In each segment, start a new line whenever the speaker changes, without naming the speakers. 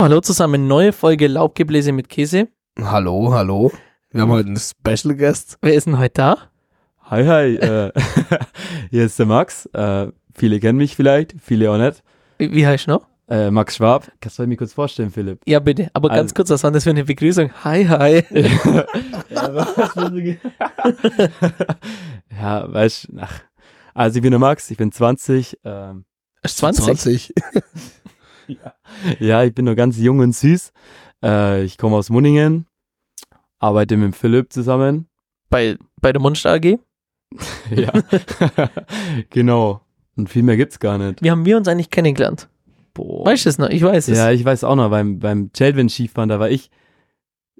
Hallo zusammen, neue Folge Laubgebläse mit Käse.
Hallo, hallo. Wir haben heute einen Special Guest.
Wer ist denn heute da?
Hi, hi, äh, hier ist der Max. Äh, viele kennen mich vielleicht, viele auch nicht.
Wie, wie heißt du noch?
Äh, Max Schwab, kannst du mir kurz vorstellen, Philipp?
Ja, bitte. Aber ganz
Also-
kurz, was war das für eine Begrüßung? Hi, hi.
ja, weißt du, ach. also ich bin der Max, ich bin 20. Ähm,
Erst 20.
20.
ja, ich bin noch ganz jung und süß. Äh, ich komme aus Munningen, arbeite mit dem Philipp zusammen.
Bei, bei der Monster AG.
ja, genau. Und viel mehr gibt's gar nicht.
Wie haben wir uns eigentlich kennengelernt?
Boah.
Weißt du es noch? Ich weiß es.
Oh. ja, ich weiß auch noch, beim, beim Chadwin-Skifahren, da war ich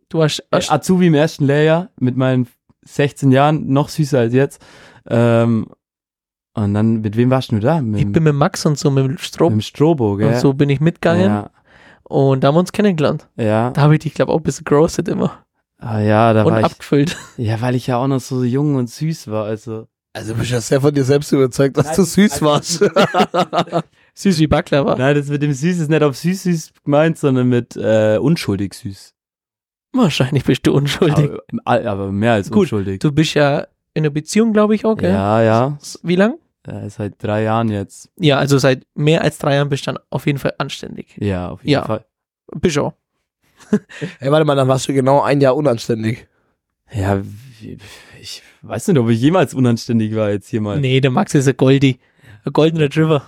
Du hast,
Äh,
hast
Azubi im ersten Lehrjahr mit meinen 16 Jahren, noch süßer als jetzt. Ähm, und dann, mit wem warst du da? Mit,
ich bin mit Max und so mit dem
mit
Strom
dem Strobo, gell?
und so bin ich mitgegangen
Ja,
und da haben wir uns kennengelernt.
ja,
Da habe ich dich, glaube ich, auch ein bisschen großet immer
ah, ja, da
und
war ich.
abgefüllt.
Ja, weil ich ja auch noch so jung und süß war, also.
Also du bist ja sehr von dir selbst überzeugt, dass
Nein,
du süß
also-
warst.
Süß wie Baklava.
Nein, das mit dem Süß ist nicht auf süß süß gemeint, sondern mit äh, unschuldig süß.
Wahrscheinlich bist du unschuldig.
Aber, aber mehr als
Gut,
unschuldig.
Du bist ja in einer Beziehung, glaube ich, auch, gell?
Ja, ja.
S- Wie lang?
Äh, Seit drei Jahren jetzt.
Ja, also seit mehr als drei Jahren bist du dann auf jeden Fall anständig.
Ja, auf jeden
Ja.
Fall.
Bist auch.
Ey, warte mal, dann warst du genau ein Jahr unanständig.
Ja, ich weiß nicht, ob ich jemals unanständig war jetzt hier mal.
Nee, der Max ist ein Goldi. Ein goldener Driver.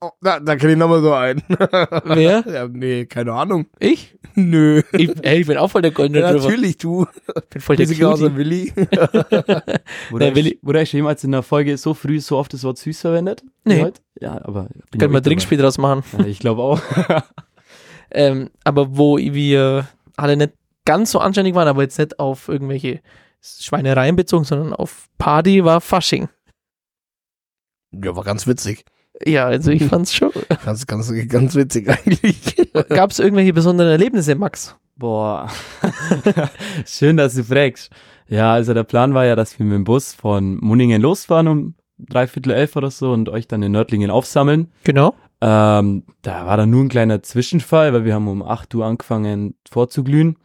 Oh, da, da kenn ich nochmal so einen.
Wer?
ja, nee, keine Ahnung.
Ich?
Nö.
ich? Ey, ich bin auch voll der goldene
Ja,
Driver.
natürlich, du.
Ich bin voll der
Grüße gehen raus
Cutie.
an Willi.
Wurde,
Na, will
ich, wurde ich schon jemals in einer Folge so früh so oft das Wort süß verwendet? wie
Nee.
heute? Ja, aber. bin
Können wir
ja
ein
ich
Trinkspiel draus machen.
dabei. Ja, ich glaube auch.
Ähm, aber wo wir alle nicht ganz so anständig waren, aber jetzt nicht auf irgendwelche Schweinereien bezogen, sondern auf Party war Fasching.
Ja, war ganz witzig.
Ja, also ich fand's schon.
Ganz, ganz, ganz witzig eigentlich.
Gab's irgendwelche besonderen Erlebnisse, Max?
Boah. Schön, dass du fragst. Ja, also der Plan war ja, dass wir mit dem Bus von Munningen losfahren um dreiviertel elf oder so und euch dann in Nördlingen aufsammeln.
Genau.
Ähm, da war dann nur ein kleiner Zwischenfall, weil wir haben um 8 Uhr angefangen vorzuglühen.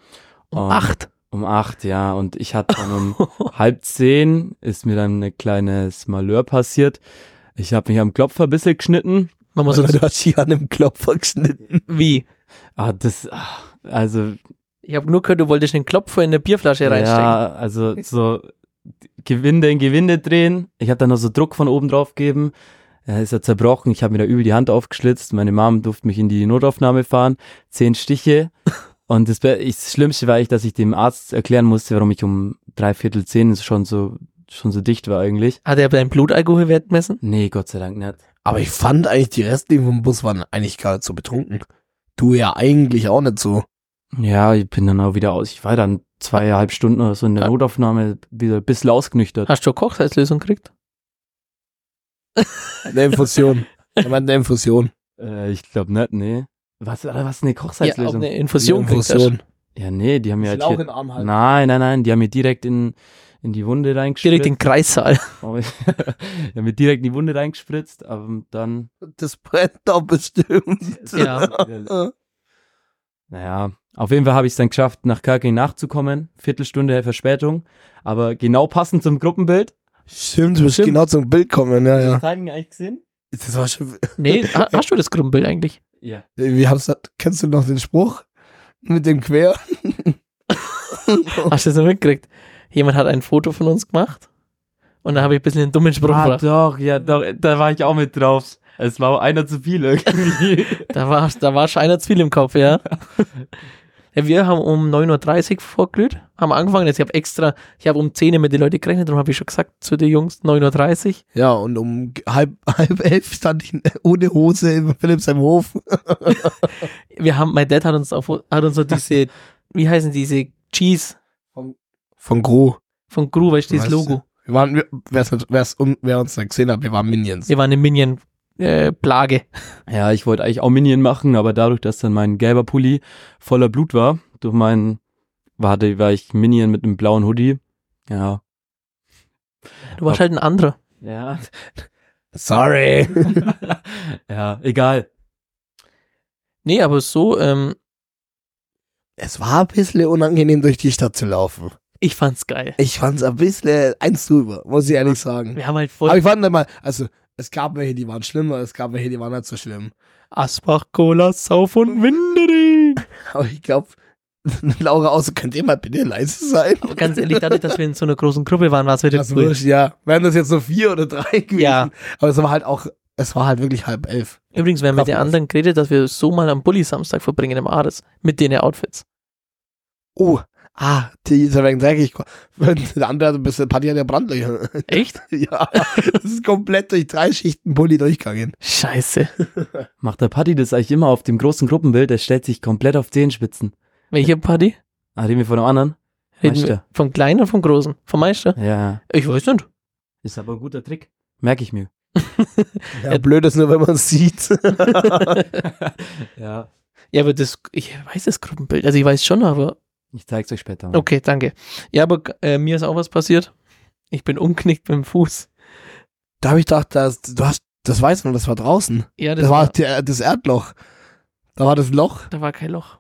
Um
Und-
acht.
Um acht, ja. Und ich hatte dann um halb zehn ist mir dann ein kleines Malheur passiert. Ich habe mich am Klopfer ein bisschen geschnitten.
Machen wir so
Also, du hast hier an einem Klopfer geschnitten.
wie?
Ah, das, ah, also,
Ich habe nur gehört, du wolltest einen Klopfer in eine Bierflasche reinstecken.
ja, also so Gewinde in Gewinde drehen. Ich habe dann noch so Druck von oben drauf gegeben. Er ist ja zerbrochen. Ich habe mir da übel die Hand aufgeschlitzt. Meine Mom durfte mich in die Notaufnahme fahren. Zehn Stiche. Und das, Be- ich, das Schlimmste war ich, dass ich dem Arzt erklären musste, warum ich um drei Viertel zehn schon so, schon so dicht war eigentlich.
Hat er deinen Blutalkoholwert gemessen?
Nee, Gott sei Dank nicht.
Aber ich fand eigentlich, die restlichen vom Bus waren eigentlich gar nicht so betrunken. Du ja eigentlich auch nicht so.
Ja, ich bin dann auch wieder aus. Ich war dann zweieinhalb Stunden oder so in der
Ja.
Notaufnahme wieder ein bisschen ausgenüchtert.
Hast du eine Kochsalzlösung gekriegt?
Eine Infusion. Ich meine, eine Infusion.
Äh, ich glaube nicht, nee. Was, oder was, eine
Ja, auch
Kochsalzlösung? Ja,
eine Infusion
Die
gekriegt hast.
nee, die haben mir halt
Schlauch in
hier,
den Arm halten.
Nein, nein, nein, die haben mir direkt in, in die Wunde
Direkt in
reingespritzt.
den Kreissaal.
Oh, die haben mir direkt in die Wunde reingespritzt, aber dann.
Das brennt doch bestimmt.
Ja.
Naja, auf jeden Fall habe ich es dann geschafft, nach Karking nachzukommen. Viertelstunde Verspätung, aber genau passend zum Gruppenbild.
Stimmt, du bist genau zum Bild kommen, ja, ja.
Das Timing eigentlich gesehen?
Das war schon,
Nee, ha- hast du das Gruppenbild eigentlich?
Ja.
wie hab's, kennst du noch den Spruch? Mit dem Quer?
Hast du das noch mitgekriegt? Jemand hat ein Foto von uns gemacht und da habe ich ein bisschen einen dummen Spruch
Ah,
gebracht.
doch, ja, doch, da war ich auch mit drauf. Es war einer zu viel irgendwie.
Da war, da war schon einer zu viel im Kopf, ja. ja wir haben um 9.30 Uhr vorglüht, haben angefangen. Jetzt, ich habe extra, ich habe um 10 Uhr mit den Leuten gerechnet, darum habe ich schon gesagt zu den Jungs 9.30 Uhr.
Ja, und um halb, halb elf stand ich ohne Hose in Philipp seinem Hof.
wir haben, mein Dad hat uns auf, hat uns so diese, wie heißen diese Cheese
Von Gro.
von Gru, weißt du, dieses
Weißt
Logo.
Wir waren, wir- wer's, nicht- wer's, un- wer uns nicht gesehen hat, wir waren Minions.
Wir waren eine Minion äh, Plage.
ja, ich wollte eigentlich auch Minion machen, aber dadurch, dass dann mein gelber Pulli voller Blut war, durch meinen, war, die- war ich Minion mit einem blauen Hoodie. Ja.
Du warst halt ein anderer.
Ja.
Sorry.
ja, egal.
Nee, aber so, ähm,
es war ein bisschen unangenehm, durch die Stadt zu laufen.
Ich fand's geil.
Ich fand's ein bisschen eins drüber, muss ich ehrlich sagen.
Wir haben halt
Aber
voll
ich fand mal, also es gab welche, die waren schlimmer, es gab welche, die waren nicht so schlimm.
Asbach, Cola, Sauf und Winderin.
Aber ich glaube, Laura außer könnt ihr mal bitte leise sein?
Aber ganz ehrlich, dadurch, dass wir in so einer großen Gruppe waren, war es wieder
Das
cool.
wurscht, ja. Wären das jetzt so vier oder drei gewesen.
Ja.
Aber es war halt auch, es war halt wirklich halb elf.
Übrigens, wir haben mit den
Kaffee.
anderen geredet, dass wir so mal am Bulli-Samstag verbringen im Ares mit den Outfits.
Oh, ah, die ist ja wegen dreckig. Der andere hat ein bisschen, Party hat ja Brandlöcher.
Echt?
ja, das ist komplett durch drei Schichten Pulli durchgegangen.
Scheiße.
Macht der Paddy das eigentlich immer auf dem großen Gruppenbild? Der stellt sich komplett auf Zehenspitzen.
Welche Party?
Ah, reden wir von einem anderen?
Reden wir
Meister.
vom Kleinen oder vom Großen? Vom Meister?
Ja, Ja,
Ich weiß nicht.
ist aber ein guter Trick. Merke ich mir.
Ja, blöd ist nur, wenn man es sieht.
Ja.
Ja, aber das, ich weiß das Gruppenbild. Also ich weiß schon, aber
Ich zeig's euch später. mal.
okay, danke. Ja, aber äh, mir ist auch was passiert. Ich bin umknickt mit dem Fuß.
da habe ich gedacht, das, du hast, das weiß man, das war draußen.
Ja,
Das, war der, das Erdloch. Da war das Loch.
da war kein Loch.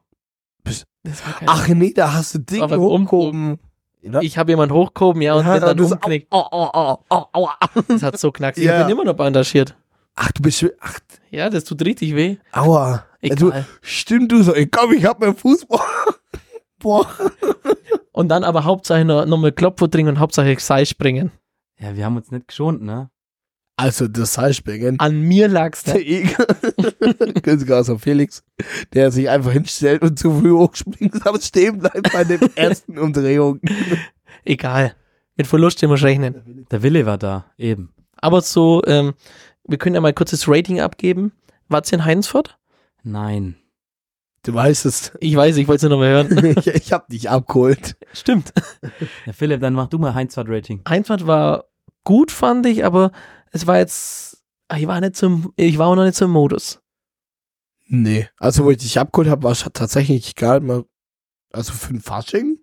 Bist-
Das war kein
Ach nee, da hast du Ding
War beim
hochgehoben. Ja.
Loch. Ich habe jemanden hochgehoben, ja, und
Ja,
bin dann
das-
umknickt.
Au, au, au, au, aua.
Das hat so knackst. Ich
Ja.
bin immer noch bandagiert.
Ach, du bist schw- Ach,
Ja, das tut richtig weh.
aua. Ja, du,
Egal.
stimmt du so. Ich komm, ich hab meinen Fuß. Boah.
Und dann aber Hauptsache noch- nochmal Klopfer dringen und Hauptsache Seil springen.
Ja, wir haben uns nicht geschont, ne?
Also, das Seilspringen.
An mir lag's da.
Der Ekel. Grüße gehen raus an Felix, der sich einfach hinstellt und zu früh hochspringt, aber stehen bleibt bei der ersten Umdrehung.
Egal. Mit Verlust muss rechnen.
Der Wille war da, eben.
Aber so, ähm, wir können ja mal kurzes Rating abgeben. War's in Heinsford?
Nein.
Du weißt es.
Ich weiß, ich wollte es nochmal hören.
Ich, ich hab dich abgeholt.
Stimmt.
Ja, Philipp, dann mach du mal Heinz-Rating.
Heinsford war gut, fand ich, aber es war jetzt, ah, ich war nicht zum, ich war auch noch nicht zum Modus.
Nee. Also, wo ich dich abgeholt habe, war es tatsächlich gar nicht mal, also für ein Fasching,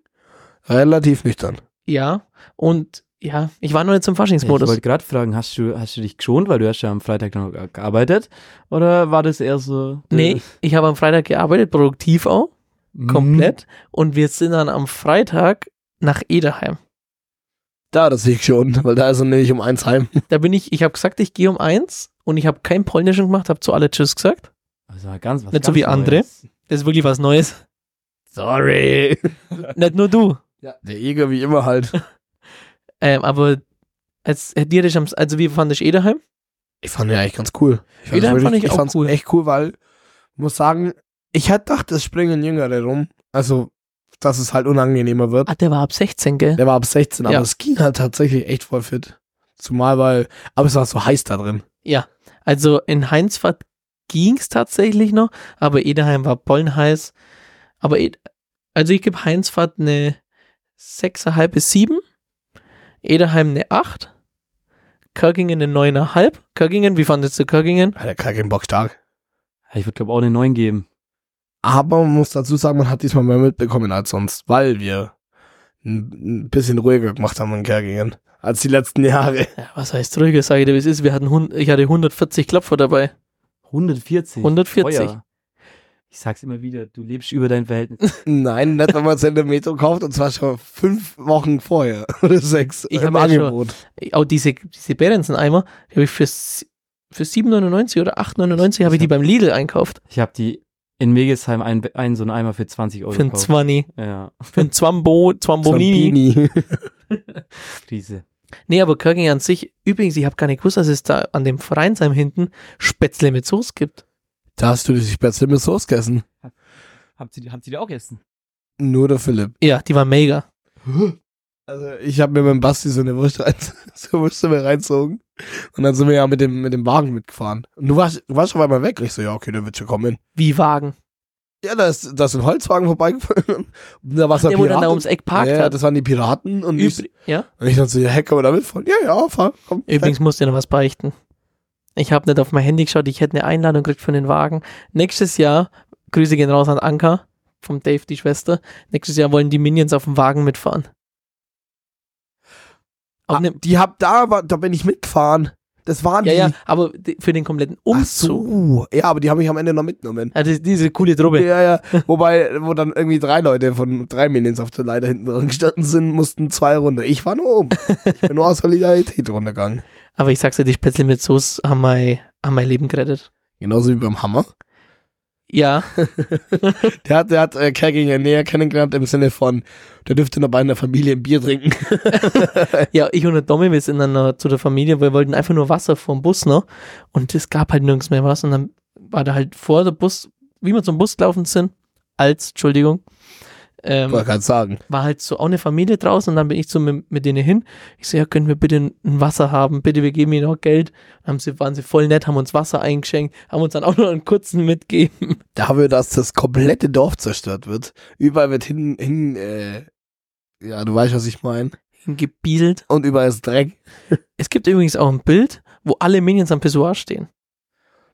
relativ nüchtern.
Ja. Und ja, ich war noch nicht zum
Ich
Faschingsmodus.
wollte gerade fragen, hast du, hast du dich geschont, weil du hast ja am Freitag noch ge- gearbeitet? Oder war das eher so?
nee, ich habe am Freitag gearbeitet, produktiv auch,
Mhm.
komplett. Und wir sind dann am Freitag nach Ederheim.
Da, das sehe ich schon, weil da ist er nämlich um eins heim.
Da bin ich, ich habe gesagt, ich gehe um eins und ich habe keinen polnischen gemacht, habe zu alle Tschüss gesagt.
Also ganz was
Nicht
ganz
so wie andere.
Neues.
Das ist wirklich was Neues.
Sorry.
Nicht nur du.
Ja, der Eger wie immer halt.
Ähm, aber als äh, dir das am- also wie fand ich Ederheim?
Ich fand ihn eigentlich ganz cool. Ich
Ederheim
wirklich-
fand ich auch
fand's
cool.
echt cool, weil muss sagen, ich hätte gedacht, es springen Jüngere rum. Also, dass es halt unangenehmer wird.
Ah, der war ab 16, gell?
Der war ab 16, aber
Ja.
es ging halt tatsächlich echt voll fit. Zumal, weil, aber es war so heiß da drin.
Also in Heinsfahrt ging's tatsächlich noch, aber Ederheim war pollenheiß. Aber Ed also ich gebe Heinsfahrt eine 6,5 bis 7, Ederheim eine 8, Körgingen eine 9,5. Körgingen, wie fandest du Körgingen?
Alter, gar keinen Bock stark.
Ja, Ich würde, glaube auch eine 9 geben.
Aber man muss dazu sagen, man hat diesmal mehr mitbekommen als sonst, weil wir ein ein bisschen ruhiger gemacht haben in Kerkingen als die letzten Jahre.
Ja, was heißt ruhiger, sage ich dir, wie es ist. Wir hatten, hun- ich hatte 140 Klopfer dabei.
140.
140.
Teuer. Ich sag's immer wieder, du lebst über dein Verhältnis.
Nein, nicht wenn man es in der Metro kauft und zwar schon fünf Wochen vorher oder sechs
Ich
im
hab ja schon-
Angebot.
Auch diese, diese Berensen-Eimer, die habe ich für, s- für 7,99 oder 8,99 habe ich die beim Lidl einkauft.
Ich habe die in Megesheim einen, einen so einen Eimer für 20 Euro
Für ein
gekauft.
Zwanni,
Ja,
für ein Zwambo, Zwambonini.
Zampini.
Krise.
Nee, aber Körging an sich, übrigens, ich habe gar nicht gewusst, dass es da an dem Vereinsheim hinten Spätzle mit Soße gibt.
Da hast du dich Spätzle mit Soße gegessen.
Habt ihr, habt ihr die auch gegessen?
Nur der Philipp.
Ja, die war mega.
Also ich habe mir beim Basti so eine Wurst, rein, so eine Wurst mir reinzogen. Und dann sind wir ja mit dem, mit dem Wagen mitgefahren. Und du warst, du warst schon einmal weg. Ich so, ja, okay, der wird schon kommen.
Wie Wagen.
Ja, da ist, da ist ein Holzwagen vorbeigefahren. Und da war es
Der, wo dann da ums Eck parkt
ja, ja,
hat.
das waren die Piraten. Und ich,
Übr- ja?
und ich dachte so, ja, hey, können wir da mitfahren? Ja, ja, fahr, komm.
Übrigens muss ich dir noch was beichten. Ich habe nicht auf mein Handy geschaut, ich hätte eine Einladung gekriegt von den Wagen. Nächstes Jahr, Grüße gehen raus an Anka, vom Dave, die Schwester. Nächstes Jahr wollen die Minions auf dem Wagen mitfahren. Auf
Ah,
einem-
ne, die hab da, war, da bin ich mitgefahren. Das waren
Ah. Ja, Um
die.
ja, aber die- für den kompletten
Ach
Umzug.
so. Ja, aber die haben mich am Ende noch mitgenommen.
Also diese coole Truppe.
Ja, ja. Wobei, wo dann irgendwie drei Leute von drei Minions auf der Leiter hinten dran gestanden sind, mussten zwei runter. Ich war nur oben. Ich bin nur aus Solidarität runtergegangen.
Aber ich sag's dir, die Spätzle mit Soße haben mein, haben mein Leben gerettet.
Genauso wie beim Hammer.
Ja,
Der hat, der hat äh, Kerkinger näher kennengelernt im Sinne von, der dürfte noch bei einer Familie ein Bier trinken.
ja, ich und der Domi, wir sind dann noch zu der Familie, wir wollten einfach nur Wasser vom Bus, ne? Und es gab halt nirgends mehr was. Und dann war da halt vor der Bus, wie wir zum Bus gelaufen sind, als, Entschuldigung, ähm,
Wollte gerade sagen.
war halt so auch eine Familie draußen und dann bin ich so mit, mit denen hin. Ich so, ja, können wir bitte ein Wasser haben? Bitte, wir geben ihnen auch Geld. Dann haben sie, waren sie voll nett, haben uns Wasser eingeschenkt, haben uns dann auch noch einen kurzen mitgegeben.
Dafür, dass das komplette Dorf zerstört wird. Überall wird hin, hin, äh, ja, du weißt, was ich meine.
Gebiedelt.
Und überall ist Dreck.
Es gibt übrigens auch ein Bild, wo alle Minions am Pissoir stehen.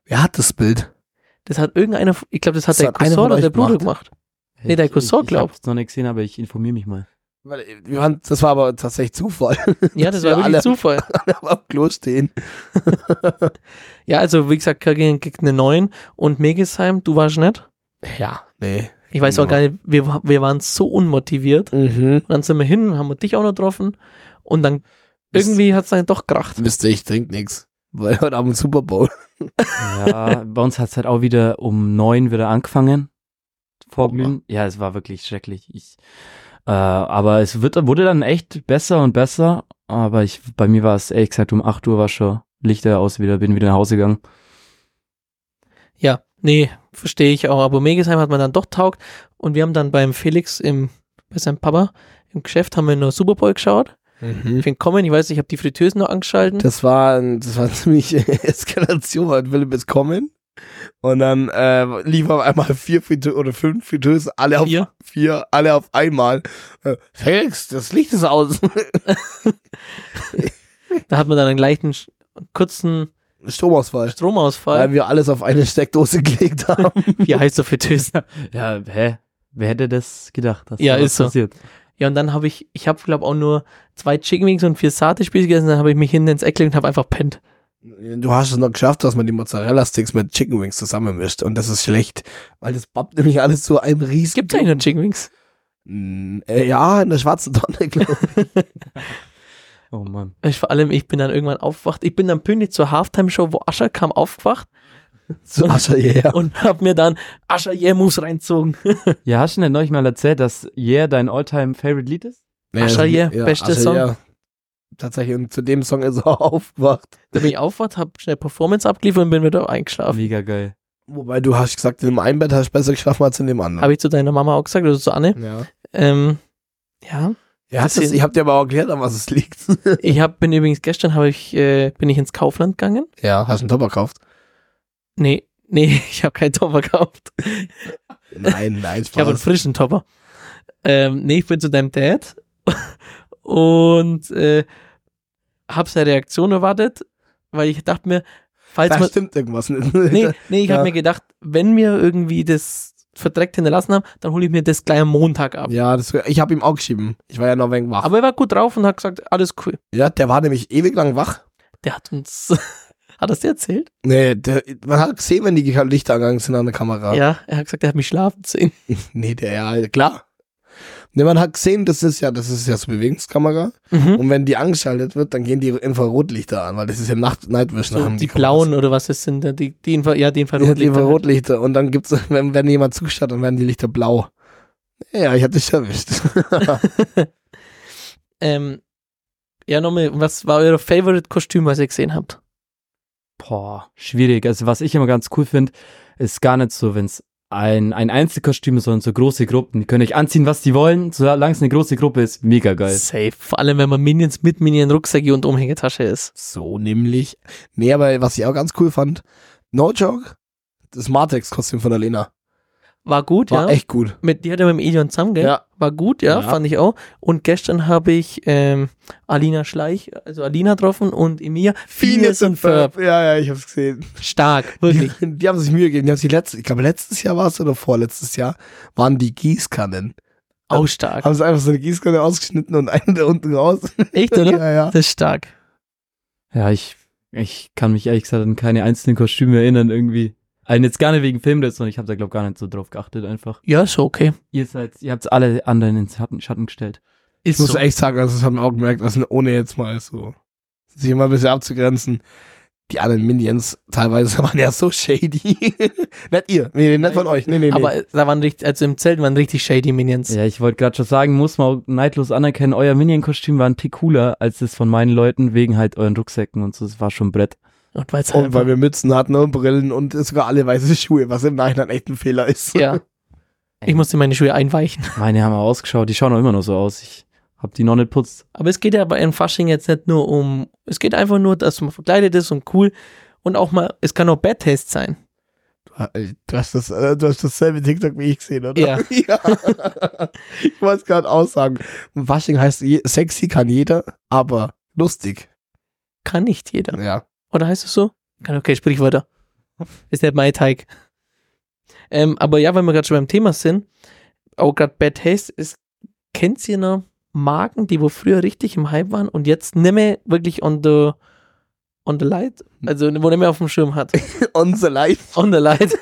Wer hat das Bild?
Das hat irgendeiner, ich glaube, das hat
Das
der
hat einer
Cousin
von
oder
euch
der Bruder gemacht. Nee, dein Cousin,
Ich, ich, ich
glaub.
hab's noch nicht gesehen, aber ich informiere mich mal.
Weil, wir waren, das war aber tatsächlich Zufall.
Ja, das
wir
war wirklich
alle-
Zufall.
Wir haben am Klo stehen.
Ja, also wie gesagt, Kergin kriegt eine 9 und Megesheim, du warst nicht.
Ja. Nee.
Ich weiß auch
Ja.
gar nicht, wir, wa- wir waren so unmotiviert.
Mhm.
Und dann sind wir hin, haben wir dich auch noch getroffen und dann
Bist-
irgendwie hat es dann doch kracht.
Wisst ihr, ich trinke nichts. Weil heute Abend Super Bowl.
Ja, bei uns hat's halt auch wieder um neun wieder angefangen. Vorglühen. Ja, es war wirklich schrecklich. Ich, äh, aber es wird, wurde dann echt besser und besser. Aber ich, bei mir war es ehrlich gesagt um 8 Uhr war schon Lichter aus wieder, bin wieder nach Hause gegangen.
Ja, nee, verstehe ich auch. Aber Megesheim hat man dann doch taugt. Und wir haben dann beim Felix im, bei seinem Papa im Geschäft haben wir nur Super Bowl geschaut.
Mhm.
Ich bin kommen, ich weiß, ich habe die Fritteusen noch angeschalten.
Das war, ein- das war ziemlich Eskalation, weil Philipp ist kommen. Und dann äh, liefen auf einmal vier Friteu oder fünf Fritteusen, alle auf
Vier.
vier, alle auf einmal. Äh, Felix, das Licht ist aus.
Da hat man dann einen leichten, sch- kurzen
Stromausfall. Weil
Stromausfall.
wir alles auf eine Steckdose gelegt haben.
Wie heißt so Fritteusen?
Ja, hä? Wer hätte das gedacht? dass
Ja,
sowas
ist so.
Passiert?
Ja, und dann habe ich, ich habe, glaube auch nur zwei Chicken Wings und vier Sate-Spieße gegessen. Dann habe ich mich hinten ins Eck gelegt und habe einfach pennt.
Du hast es noch geschafft, dass man die Mozzarella-Sticks mit Chicken Wings zusammenmischt. Und das ist schlecht, weil das bappt nämlich alles zu einem riesen.
Gibt ja nur Chicken Wings.
Mm, äh, Ja, in der schwarzen Tonne, glaube ich.
Oh Mann.
Ich, vor allem, ich bin dann irgendwann aufgewacht. Ich bin dann pünktlich zur Halftime-Show, wo Ascher kam, aufgewacht
Zu Asche, yeah.
und habe mir dann Ascher yeah, Moves reinzogen.
Ja, hast du denn neulich mal erzählt, dass Yeah dein Alltime favorite Lied ist?
Asche, yeah, bester
Asche,
Song.
yeah. Tatsächlich, und zu dem Song ist er auch aufgewacht.
Da bin ich aufgewacht, habe schnell Performance abgeliefert und bin wieder eingeschlafen.
Mega geil.
Wobei du hast gesagt, in dem einen Bett hast du besser geschlafen als in dem anderen.
Habe ich zu deiner Mama auch gesagt oder zu Anne.
Ja.
Ähm, ja,
Ja, das,
Deswegen-
ich hab dir aber auch erklärt, an was es liegt.
ich hab, bin übrigens gestern habe ich äh, bin ich ins Kaufland gegangen.
ja, hast du einen Topper gekauft?
Nee, nee, ich habe keinen Topper gekauft.
Nein, nein,
Ich habe einen
Spaß.
frischen Topper. Ähm, nee, ich bin zu deinem Dad und äh, habe seine Reaktion erwartet, weil ich dachte mir, falls
Da
man
stimmt irgendwas nicht.
Nee, nee ich hab
Ja.
habe mir gedacht, wenn wir irgendwie das verdreckt hinterlassen haben, dann hole ich mir das gleich am Montag ab.
Ja, das, ich hab ihm auch geschrieben. Ich war ja noch wegen wach.
Aber er war gut drauf und hat gesagt, alles cool.
ja, der war nämlich ewig lang wach.
Der hat uns, hat das dir erzählt?
Nee, der, man hat gesehen, wenn die Lichter angegangen sind an der Kamera.
Ja, er hat gesagt, er hat mich schlafen sehen.
Nee, der, ja, klar. Nee, man hat gesehen, das ist ja, das ist ja so Bewegungskamera.
Mhm.
Und wenn die angeschaltet wird, dann gehen die Infrarotlichter an, weil das ist ja Nacht Nightvision.
So,
haben
die
Kameras.
blauen oder was das sind, da, die, die Infra ja, die
Ja, die
Infrarotlichter.
Infrarotlichter. Und dann gibt's, wenn, wenn jemand zuschaut, dann werden die Lichter blau. Ja, ich hab dich erwischt.
Ähm, ja, nochmal, was war euer Favorite-Kostüm, was ihr gesehen habt?
Boah, schwierig. Also was ich immer ganz cool finde, ist gar nicht so, wenn es ein, ein Einzelkostüm ist, sondern so große Gruppen. Die können euch anziehen, was die wollen, solange es eine große Gruppe ist. Mega geil.
Safe. Vor allem, wenn man Minions mit Minion-Rucksäcke und Umhängetasche ist.
so nämlich. Nee, aber was ich auch ganz cool fand, no joke, das Martex-Kostüm von der Lena.
War gut,
War
ja.
echt gut.
Mit dir hat er mit dem Elion zusammen, gell?
Ja.
War gut, ja,
Ja.
fand ich auch. Und gestern habe ich ähm, Alina Schleich, also Alina getroffen und Emir. Phineas und Ferb.
Ja, ja, ich hab's gesehen.
Stark, wirklich.
Die, die haben sich Mühe gegeben. Die haben sich letztes, ich glaube, letztes Jahr war es oder vorletztes Jahr, waren die Gießkannen.
auch stark.
Haben sie einfach so eine Gießkanne ausgeschnitten und eine da unten raus.
Echt, oder?
ja, ja.
Das ist stark.
Ja, ich, Ich kann mich ehrlich gesagt an keine einzelnen Kostüme erinnern irgendwie. Also jetzt gar nicht wegen Filmriss, sondern ich habe da glaube gar nicht so drauf geachtet einfach.
Ja, ist okay.
Ihr seid, ihr habt alle anderen ins Schatten, Schatten gestellt.
Ist
Ich muss
so.
echt sagen, also das haben wir auch gemerkt, also ohne jetzt mal so sich immer ein bisschen abzugrenzen. Die anderen Minions teilweise waren ja so shady. nicht ihr, nee, nee, nicht von euch. Nee, nee, nee.
Aber da waren richtig, also im Zelt waren richtig shady Minions.
Ja, ich wollte gerade schon sagen, muss man auch neidlos anerkennen, euer Minion-Kostüm war ein Tick cooler als das von meinen Leuten, wegen halt euren Rucksäcken und so, es war schon Brett.
Und weil's halt
und weil wir Mützen hatten und Brillen und sogar alle weiße Schuhe, was im Nachhinein echt ein Fehler ist.
ja. Ich musste meine Schuhe einweichen.
Meine haben ausgeschaut, die schauen auch immer noch so aus. Ich hab die noch nicht putzt.
Aber es geht ja bei einem Fasching jetzt nicht nur um, es geht einfach nur, dass man verkleidet ist und cool und auch mal, es kann auch Bad Taste sein.
Du hast, das, äh, du hast dasselbe TikTok wie ich gesehen, oder?
Ja.
Ja. ich wollte es gerade aussagen. Washing heißt, je, sexy kann jeder, aber lustig.
Kann nicht jeder.
Ja.
Oder heißt es so? Kann, okay, Sprichwörter. Ist nicht mein Teig. Ähm, aber ja, wenn wir gerade schon beim Thema sind, auch gerade Bad Taste, ist, kennt ihr noch Marken, die wo früher richtig im Hype waren und jetzt nicht mehr wirklich on the, on the light, also wo nicht mehr auf dem Schirm hat.
On the light.
On the light.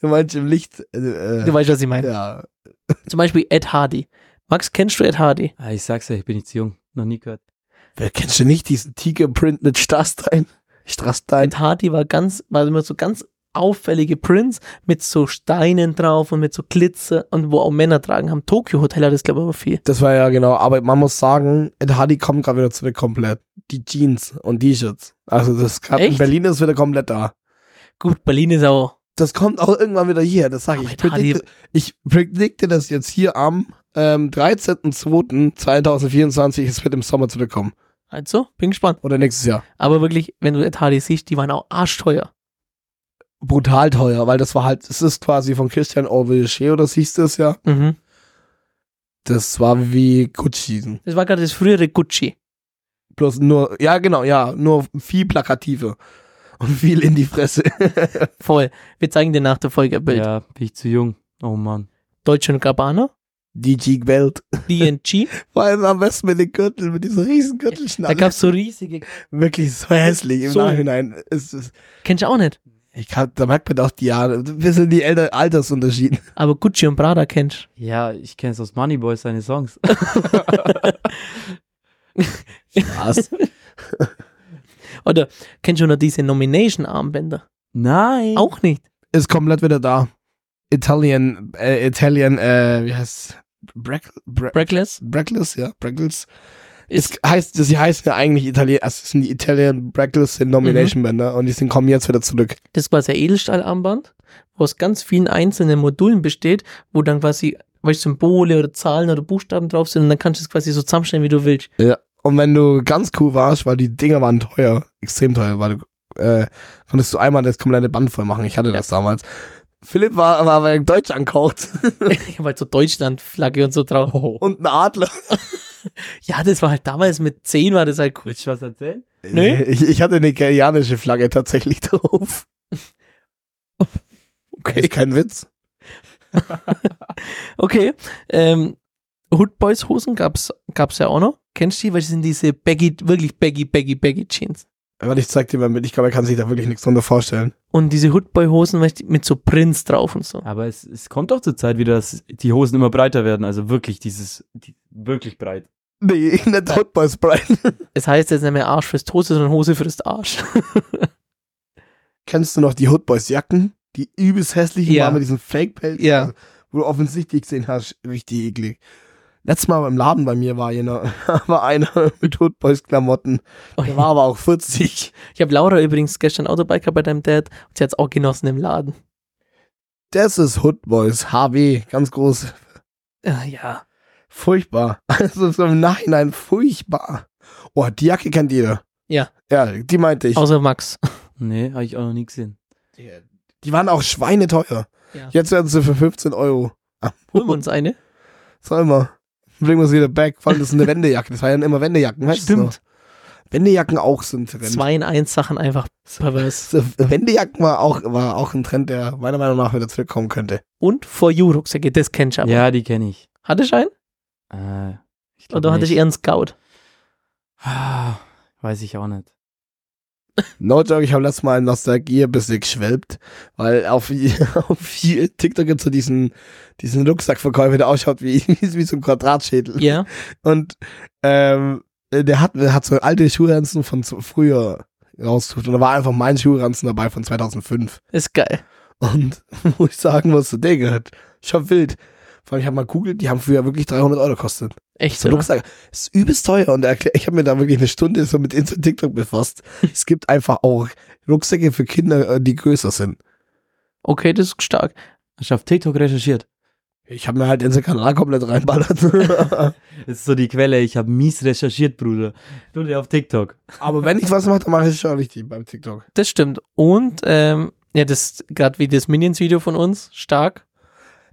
Du meinst im Licht. Äh,
Du weißt, was ich meine.
ja.
Zum Beispiel Ed Hardy. Max, kennst du Ed Hardy?
Ah, Ich sag's ja, ich bin nicht zu jung, noch nie gehört.
Wer kennst du nicht diesen Tiger-Print mit Strastein? Strastein.
Ed Hardy war ganz, war immer so ganz auffällige Prints mit so Steinen drauf und mit so Glitzer und wo auch Männer tragen haben. Tokyo Hotel hat das, glaube ich, aber viel.
Das war ja genau, aber man muss sagen, Ed Hardy kommt gerade wieder zurück komplett. Die Jeans und T-Shirts. Also das gerade in
Echt?
Berlin ist wieder komplett da.
Gut, Berlin ist auch.
Das kommt auch irgendwann wieder hier, das sage
Aber
ich.
Ed Hardy-
Predikte, ich predikte das jetzt hier am ähm, 13.02.2024, es wird im Sommer zurückkommen.
Also, bin gespannt.
Oder nächstes Jahr.
Aber wirklich, wenn du Ed Hardy siehst, die waren auch arschteuer.
Brutal teuer, weil das war halt, es ist quasi von Christian Orwell oder siehst du es ja.
Mhm.
Das war wie Gucci.
Das war gerade das frühere Gucci.
Bloß nur, ja genau, ja, nur viel plakativer und viel in die Fresse.
Voll. Wir zeigen dir nach der Folge ein Bild.
Ja, bin ich zu jung. Oh Mann.
Deutsche und Gabbana,
DJ Welt.
DNG.
Vor allem am besten mit den Gürteln, mit diesen riesen
da
Gürtelschnalle.
gab es so riesige.
Wirklich so hässlich im
So.
Nachhinein. Es ist,
Kennst du auch nicht.
ich kann, da merkt man doch die Jahre, ein bisschen die Elter Altersunterschiede.
Aber Gucci und Prada kennst
Ja, ich kenn's aus Moneyboy, seine Songs.
Was?
Oder kennst du noch diese Nomination-Armbänder?
Nein.
Auch nicht.
ist komplett wieder da. Italian, äh, Italian, äh, wie heißt Brack, Brack,
Brackless?
Brackles, ja, Brackles.
Ist,
Es heißt, sie heißen ja eigentlich Italien, also es sind die Italian Brackles sind Nomination Bänder und die sind kommen jetzt wieder zurück.
das war sehr Edelstahlarmband, wo aus ganz vielen einzelnen Modulen besteht, wo dann quasi weißt, du, Symbole oder Zahlen oder Buchstaben drauf sind und dann kannst du es quasi so zusammenstellen, wie du willst.
Und wenn du ganz cool warst, weil die Dinger waren teuer, extrem teuer, weil du äh, konntest du einmal das komplette Band voll machen. Ich hatte das damals. Philipp war, war aber Deutsch ankocht
ich habe halt so Deutschlandflagge und so drauf.
und ein Adler.
Ja, das war halt damals mit 10 war das halt cool.
Willst du was erzählen?
Nee.
Ich, ich hatte eine kenianische Flagge tatsächlich drauf.
Okay.
Ist kein Witz.
Okay. Ähm, Hood Boys Hosen gab's, gab's ja auch noch. Kennst du die? Weil das sind diese baggy, wirklich baggy, baggy, baggy Jeans.
Warte, ich zeig dir mal mit. Ich glaube, er kann sich da wirklich nichts drunter vorstellen.
Und diese Hood Boy Hosen weißt du, mit so Prints drauf und so.
Aber es, es kommt doch zur Zeit wieder, dass die Hosen immer breiter werden. Also wirklich dieses, die, wirklich breit.
Nee, nicht Hot Boys Brian.
Es heißt jetzt nicht mehr Arsch fürs Hose, sondern Hose fürs Arsch.
Kennst du noch die Hot Boys Jacken? Die übelst hässlichen
Ja.
waren mit diesen Fake Pelz.
Ja.
Wo du offensichtlich gesehen hast, richtig eklig. Letztes Mal im Laden bei mir war jener, war einer mit Hot Boys Klamotten.
Oh
Der war aber auch 40.
Ich habe Laura übrigens gestern Autobike gehabt bei deinem Dad und sie hat's auch genossen im Laden.
Das ist Hood Boys, HW, ganz groß.
Ah, Ja.
Furchtbar. Also so im Nachhinein furchtbar. Oh, die Jacke kennt jeder.
Ja.
Ja, die meinte ich.
Außer Max.
Nee, habe ich auch noch nie gesehen.
Die waren auch schweineteuer.
Ja.
Jetzt werden sie für 15 Euro.
Holen wir uns eine.
Soll mal. Bringen wir sie wieder back. Vor allem, das ist eine Wendejacke. Das waren ja immer Wendejacken. Weißt du noch?
Stimmt.
Wendejacken auch sind Trend.
Zwei in eins Sachen einfach pervers.
So, Wendejacken war auch, war auch ein Trend, der meiner Meinung nach wieder zurückkommen könnte.
Und For You Rucksäcke, das kennst du aber.
Ja, die kenne ich.
Hattest du einen?
Äh, ich glaub
Oder hattest du
nicht.
eher einen Scout?
Ah, Weiß ich auch nicht.
No joke, ich habe letztes Mal in Nostalgie ein bisschen geschwelbt, weil auf, auf TikTok gibt's so diesen, diesen Rucksackverkäufer, der ausschaut wie, wie so ein Quadratschädel.
Ja.
Und ähm, der hat, der hat so alte Schuhranzen von zu- früher rausgesucht und da war einfach mein Schuhranzen dabei von 2005.
Ist geil.
Und wo ich sagen musste, Digga, das ist schon wild. Vor allem, ich habe mal googelt, die haben früher wirklich 300 Euro gekostet.
Echt
So
so.
Rucksack ist übelst teuer und erklär, ich habe mir da wirklich eine Stunde so mit Insta TikTok befasst. es gibt einfach auch Rucksäcke für Kinder, äh, die größer sind.
Okay, das ist stark.
Hast du auf TikTok recherchiert?
Ich habe mir halt den Kanal komplett reinballert.
Das ist so die Quelle. Ich habe mies recherchiert, Bruder. Bruder auf TikTok.
Aber wenn ich was mache, dann mache ich es schon richtig beim TikTok.
Das stimmt. Und ähm, ja, das gerade wie das Minions-Video von uns, stark.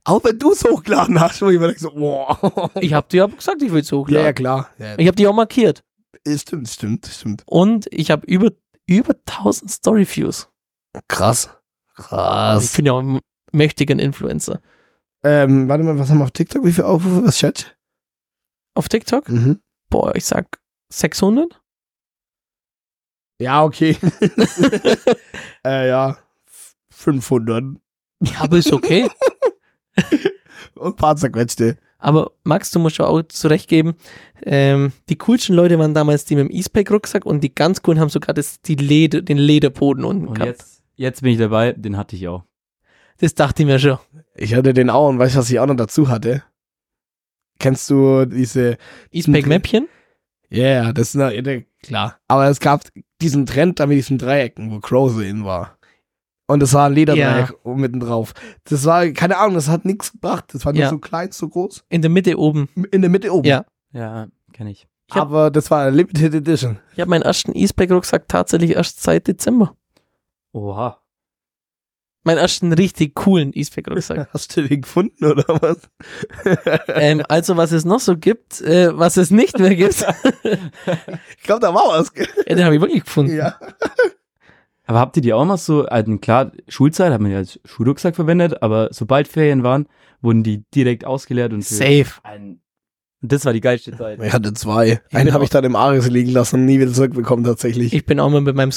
Auch wenn du es hochgeladen hast, wo ich mir denke so, wow.
Ich habe dir aber gesagt, ich will es
Ja,
hochladen.
ja, klar. Ja,
Ich habe die auch markiert.
ja. Stimmt, stimmt, stimmt.
Und ich habe über, über 1000 Story-Views.
Krass.
Ich
Krass.
bin ja auch ein mächtiger Influencer.
Ähm, warte mal, was haben wir auf TikTok? Wie viele Aufrufe? Was, Chat?
Auf TikTok?
Mhm.
Boah, ich sag 600?
Ja, okay. äh, ja. 500.
Ja, aber ist okay.
Und ein paar zerquetschte.
aber Max, du musst ja auch zurechtgeben, ähm, die coolsten Leute waren damals die mit dem E-Spec-Rucksack und die ganz coolen haben sogar das, die Leder, den Lederboden unten
Und
gehabt.
jetzt, jetzt bin ich dabei. Den hatte ich auch.
Das dachte ich mir schon.
Ich hatte den auch und weißt du, was ich auch noch dazu hatte? Kennst du diese.
E-Spec-Mäppchen?
Ja, yeah, das ist na- ja, der- klar. Aber es gab diesen Trend da mit diesen Dreiecken, wo Crow so in war. Und das war ein Lederdreieck mitten drauf. Das war, keine Ahnung, das hat nichts gebracht. Das war nur
Ja.
so klein, so groß.
In der Mitte oben.
In der Mitte oben.
Ja.
Ja, kenne ich.
Ich hab-
Aber das war eine Limited Edition.
Ich habe meinen ersten E-Spec-Rucksack tatsächlich erst seit Dezember.
Oha.
Meinen ersten richtig coolen E-Spec-Rucksack.
Hast du den gefunden oder was?
ähm, also, was es noch so gibt, äh, was es nicht mehr gibt,
Ich glaube, da war was. gell?
ja, den habe ich wirklich gefunden.
Ja.
Aber habt ihr die auch mal so, also klar, Schulzeit hat man ja als Schulrucksack verwendet, aber sobald Ferien waren, wurden die direkt ausgeleert und für-
Safe.
Ein- das war die geilste Zeit.
Ich hatte zwei.
Ich
Einen
bin
habe
auch-
ich dann im Ares liegen lassen und nie wieder zurückbekommen tatsächlich.
Ich bin auch mal mit meinem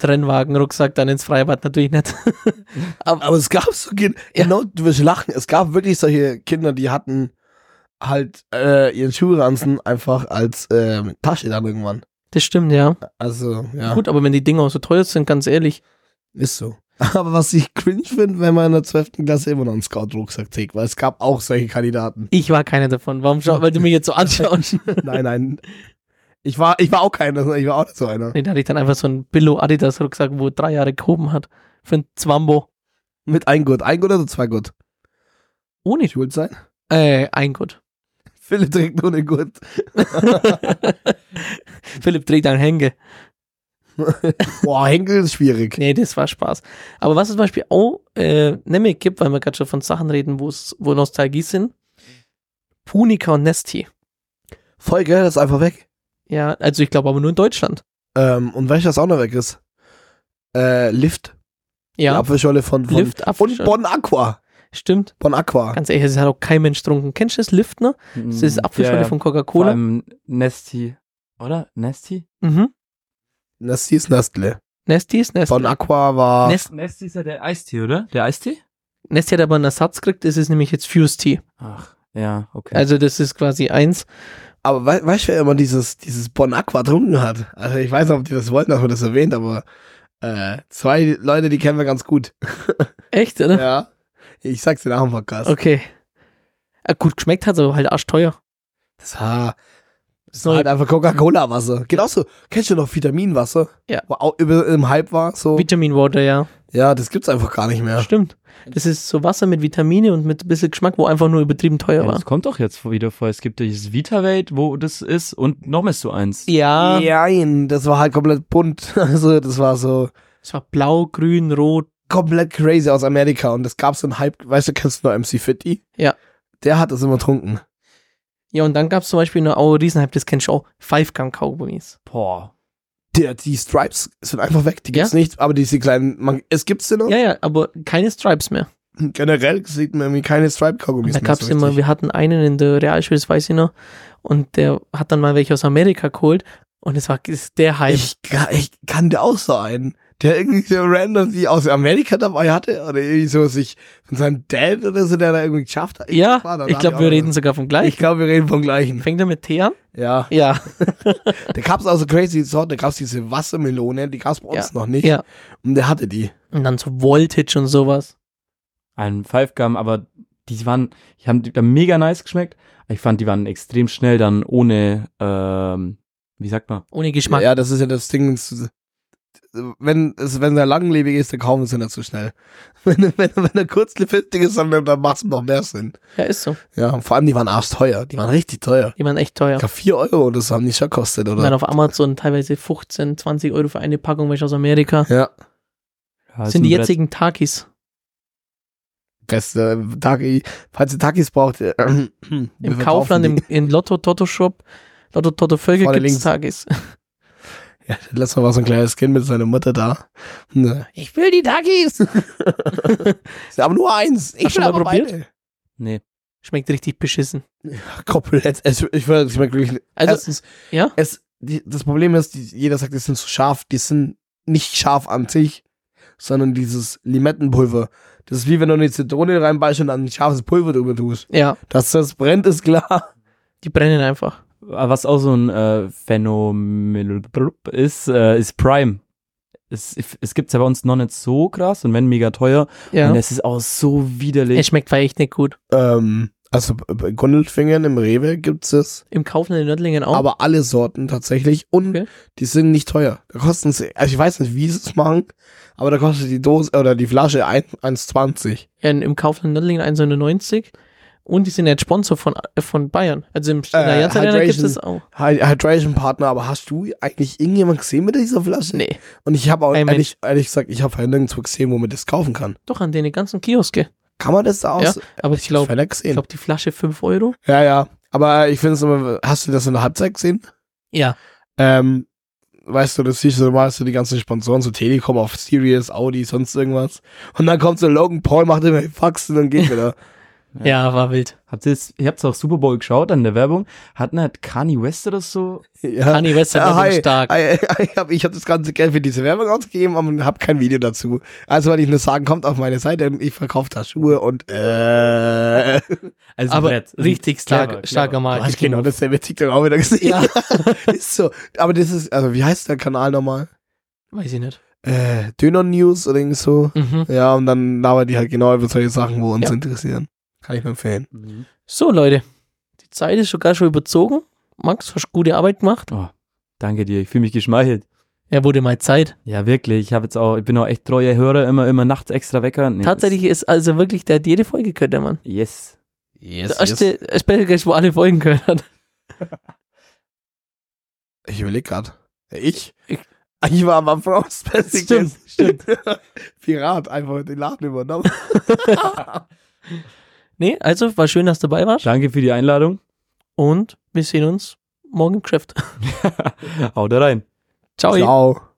Scout-Rennwagen-Rucksack dann ins Freibad natürlich nicht.
Aber es gab so Kinder, genau, du wirst lachen, es gab wirklich solche Kinder, die hatten halt äh, ihren Schulranzen einfach als ähm, Tasche dann irgendwann.
Das stimmt, ja.
Also, ja,
Gut, aber wenn die Dinger auch so teuer sind, ganz ehrlich,
ist so. Aber was ich cringe finde, wenn man in der 12. Klasse immer noch einen Scout-Rucksack trägt, weil es gab auch solche Kandidaten.
ich war keiner davon. Warum schau, weil du mich jetzt so anschaust?
nein, nein. Ich war, ich war auch keiner, sondern ich war auch nicht so einer.
nee, da hatte ich dann einfach so einen Billo-Adidas-Rucksack, wo drei Jahre gehoben hat. Für ein Zwambo.
Mit ein Gurt. Ein Gurt oder zwei Gurt?
Ohne.
Schuld sein?
Äh, ein Gott.
Philipp trägt ohne Gurt.
Philipp dreht an Hänge.
Boah, Henkel ist schwierig.
Nee, das war Spaß. Aber was es zum Beispiel auch äh, nicht mehr gibt, weil wir gerade schon von Sachen reden, wo es- wo Nostalgie sind, Punica und Nesti.
Voll geil, das ist einfach weg.
Ja, also ich glaube aber nur in Deutschland.
Ähm, und welches das auch noch weg ist? Äh, Lift. Die
Ja,
Apfelschorle von, von
Lift ab.
Und Bon Aqua.
Stimmt.
Bon Aqua.
Ganz ehrlich, es hat auch kein Mensch getrunken. Kennst du das Lift, ne? Das ist Apfelschorle von
Mm, Mhm. Vor
Coca-Cola.
allem Nesti, oder? Nesti?
Mhm.
Das hieß Nestle.
Nesti ist Nesti.
Bon Aqua war.
Nest-
Nesti ist ja der Eistee, oder? Der Eistee?
Nesti hat aber einen Ersatz gekriegt, das ist nämlich jetzt Fuse Tea.
Ach, ja, okay.
Also das ist quasi eins.
aber wei weißt du, wer immer dieses, dieses Bon Aqua getrunken hat? Also ich weiß nicht, ob die das wollten, dass man das erwähnt, aber äh, zwei Leute, die kennen wir ganz gut.
Echt, oder?
ja. Ich sag's dir nach dem Podcast.
Okay. Ah, gut geschmeckt hat aber halt arschteuer.
Das war, das
So
war halt einfach Coca-Cola-Wasser. Genauso. Kennst du noch Vitaminwasser?
Ja.
Wo auch über, im Hype war. So.
Vitamin Water, ja.
Ja, das gibt's einfach gar nicht mehr.
Stimmt. Das ist so Wasser mit Vitamine und mit ein bisschen Geschmack, wo einfach nur übertrieben teuer
ja,
war.
das kommt doch jetzt wieder vor. Es gibt dieses Vitavate, wo das ist und noch mal so eins.
Ja,
Nein, das war halt komplett bunt. Also, das war so
es war blau, grün, rot.
komplett crazy aus Amerika. Und das gab's in Hype. Weißt du, kennst du noch MC Fitty?
Ja.
Der hat das immer getrunken.
Ja, und dann gab es zum Beispiel noch auch Riesenhype, das kennst du auch, Five Gun Kaugummis.
Boah.
Der, die Stripes sind einfach weg. Die gibt's nicht. Aber diese kleinen, man, es gibt's sie noch.
Ja, ja, aber keine Stripes mehr.
Generell sieht man irgendwie keine Stripe-Kaugummis
Da
mehr.
gab
so
es immer,
richtig.
wir hatten einen in der Realschule, das weiß ich noch, und der hat dann mal welche aus Amerika geholt Und es war es ist der Hype.
Ich, ka- ich kannte auch so einen, der irgendwie so random die aus Amerika dabei hatte oder irgendwie so sich von seinem Dad oder so, der da irgendwie geschafft hat. war
ja,
da-
ich
da
glaube,
hab ich
wir
auch-
reden sogar vom
Ich
gleichen.
glaube, wir reden vom gleichen.
Fängt er mit T an?
Ja.
Ja.
Da gab es auch so crazy Sorten, da gab es diese Wassermelone, die gab es bei uns noch nicht.
ja.
Und der hatte die.
Und dann so Voltage und sowas.
Ein Five Gum, aber die waren, ich haben die haben mega nice geschmeckt. Ich fand, die waren extrem schnell dann ohne, ähm, wie sagt man?
Ohne Geschmack.
Ja, das ist ja das Ding. es- Wenn es, wenn er langlebig ist, dann kaufen sie nicht so schnell. Wenn, er- wenn, er- wenn er kurzlebig ist, dann, dann macht es noch mehr Sinn.
Ja, ist so.
Ja, und vor allem die waren arschteuer. Die waren richtig teuer.
Die waren echt teuer.
Ich glaube, 4 Euro oder so haben die schon gekostet,
Und dann
oder?
auf Amazon teilweise 15, 20 Euro für eine Packung welche aus Amerika.
Ja,
Ja,
Das
ist
sind
ein
die
Brett.
jetzigen Takis.
beste Taki. Falls ihr Takis braucht, äh, wir
Im
verkaufen
Kaufland,
die.
im in Lotto Toto Shop, Lotto Toto Völkel
Vorne
gibt es Takis.
links. Ja, letztes Mal war so ein kleines Kind mit seiner Mutter da. Ne.
Ich will die Takis!
Sie haben nur eins. Ich
Hast du
will
mal
aber
probiert?
beide.
Nee. Äh,
Schmeckt richtig beschissen.
Komplett. Es, ich würde es mir wirklich.
Also-
erstens,
ja?
Es, die, das Problem ist, die, jeder sagt, die sind zu scharf. Die sind nicht scharf an sich, sondern dieses Limettenpulver. Das ist wie wenn du eine Zitrone reinbeißt und dann ein scharfes Pulver drüber tust.
Ja,
Dass das brennt, ist klar.
die brennen einfach.
Was auch so ein äh, Phänomen ist, äh, ist Prime. Es, es gibt es ja bei uns noch nicht so krass und wenn mega teuer.
Ja.
Und es ist auch so
Es
widerlich.
schmeckt weil echt nicht gut.
Ähm, also bei Gundelfingern im Rewe gibt's es.
Im Kaufland in Nördlingen auch.
aber alle Sorten tatsächlich und
Okay.
die sind nicht teuer. Da kosten sie, also ich weiß nicht, wie sie es machen, aber da kostet die Dose oder die Flasche ein- 1,20.
Ja, in, Ähm, Im Kaufland in Nördlingen 1,99. Und die sind jetzt Sponsor von, äh, von Bayern. Also im, in der
Äh,
Jans Arena gibt
Hydration.
es auch.
Hy- Hydration Partner, aber hast du eigentlich irgendjemand gesehen mit dieser Flasche?
Nee.
Und ich habe auch
Kein
ehrlich, ehrlich gesagt, ich habe vorher nirgendwo gesehen, wo man das kaufen kann.
Doch, an den ganzen Kioske.
Kann man das da aus?
Ja, aber ich glaube,
glaub, vorher nicht
ich
gesehen.
glaub, die Flasche 5 Euro.
ja, ja. Aber ich finde es immer, hast du das in der Halbzeit gesehen?
Ja.
Ähm, weißt du, das siehst du normal, hast du die ganzen Sponsoren, so Telekom auf Sirius, Audi, sonst irgendwas. Und dann kommt so Logan Paul, macht immer die Faxen und geht wieder.
Ja, war wild.
Habt ihr es, ihr habt auch Super Bowl geschaut an der Werbung. Hat nicht Kanye West oder so?
ja.
Kanye West hat
Ah,
ja,
hi.
stark.
Ei, ei, Ich habe ich hab das ganze Geld für diese Werbung ausgegeben und habe kein Video dazu. Also wollte ich nur sagen, kommt auf meine Seite, ich verkaufe da Schuhe und
Ah,
äh.
Also
Aber
Brett. Ist ein
richtig stark,
clever,
starker
clever.
Du hast
Marketing.
genau dasselbe TikTok auch wieder gesehen.
Ja.
ist so. Aber das ist, also wie heißt der Kanal nochmal?
Weiß ich nicht.
Äh, Döner News oder irgendwie so.
Mhm.
Ja, und dann labern die halt genau über solche Sachen, wo uns
Ja.
interessieren. Kann ich nur empfehlen.
Mhm.
So, Leute. Die Zeit ist sogar schon überzogen. Max, hast gute Arbeit gemacht.
Danke dir, ich fühle mich geschmeichelt.
Ja, wurde mal Zeit.
Ja, wirklich. Ich habe jetzt auch, ich bin auch echt treuer Hörer, immer, immer nachts extra Wecker. Nee,
Tatsächlich ist also wirklich, der hat jede Folge gehört, der Mann.
das- Yes.
Yes, der erste yes. Specialcast, Also, wo alle Folgen gehört hat.
Ich überlege gerade. Ich?
Ich-
Ich war am Anfang auch Special
Stimmt,
Guest. Pirat, einfach den Laden übernommen.
Nee, also war schön, dass du dabei warst.
Danke für die Einladung.
Und wir sehen uns morgen im Craft.
Haut rein.
Ciao.
Ciao.